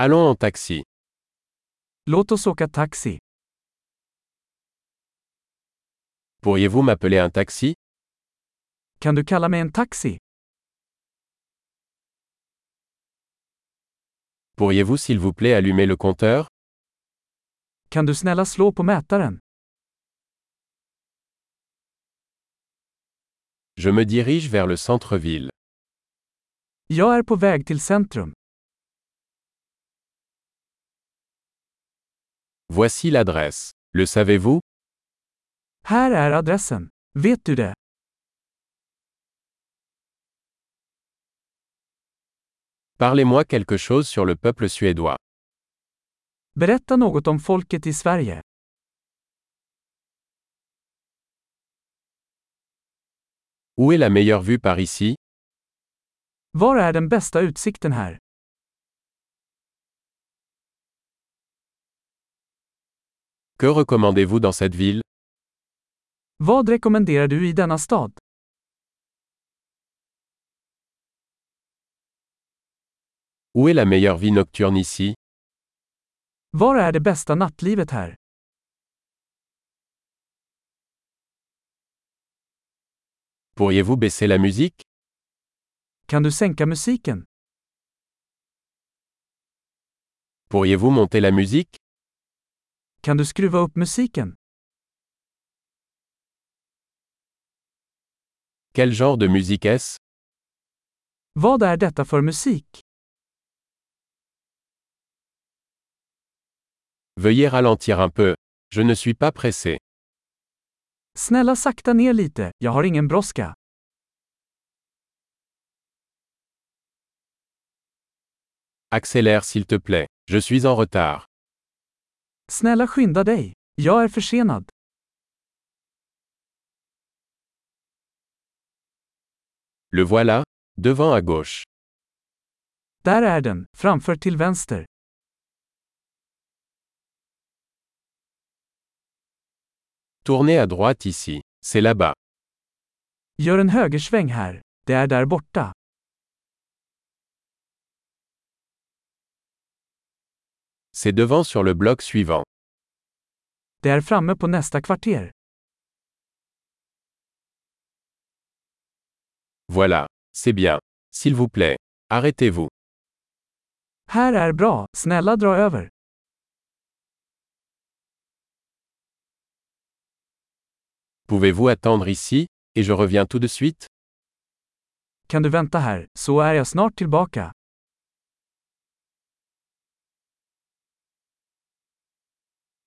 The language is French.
Allons en taxi. Låt oss åka taxi. Pourriez-vous m'appeler un taxi Kan du kalla mig en taxi? Pourriez-vous s'il vous plaît allumer le compteur Kan du snälla slå på mätaren? Je me dirige vers le centre-ville. Jag är på väg till centrum. Voici l'adresse. Le savez-vous Här är adressen. Vet du det? Parlez-moi quelque chose sur le peuple suédois. Berätta något om folket i Sverige. Où est la meilleure vue par ici Var är den bästa utsikten här? Que recommandez-vous dans cette ville Vad rekommenderar du i denna stad? Où est la meilleure vie nocturne ici Var är det bästa nattlivet här? Pourriez-vous baisser la musique Kan du sänka musiken? Pourriez-vous monter la musique Kan du skruva upp musiken? Quel genre de musique est-ce Vad är detta för musik? Veuillez ralentir un peu. Je ne suis pas pressé. Snälla sakta ner lite, jag har ingen brådska. Accélère s'il te plaît. Je suis en retard. Snälla skynda dig. Jag är försenad. Le voilà, devant à gauche. Där är den, framför till vänster. Tournez à droite ici. C'est là-bas. Gör en högersväng här. Det är där borta. C'est devant sur le bloc suivant. Det är framme på nästa kvarter. Voilà. C'est bien. S'il vous plaît. Arrêtez-vous. Här är bra, snälla dra över. Pouvez-vous attendre ici, et je reviens tout de suite Kan du vänta här, så är jag snart tillbaka.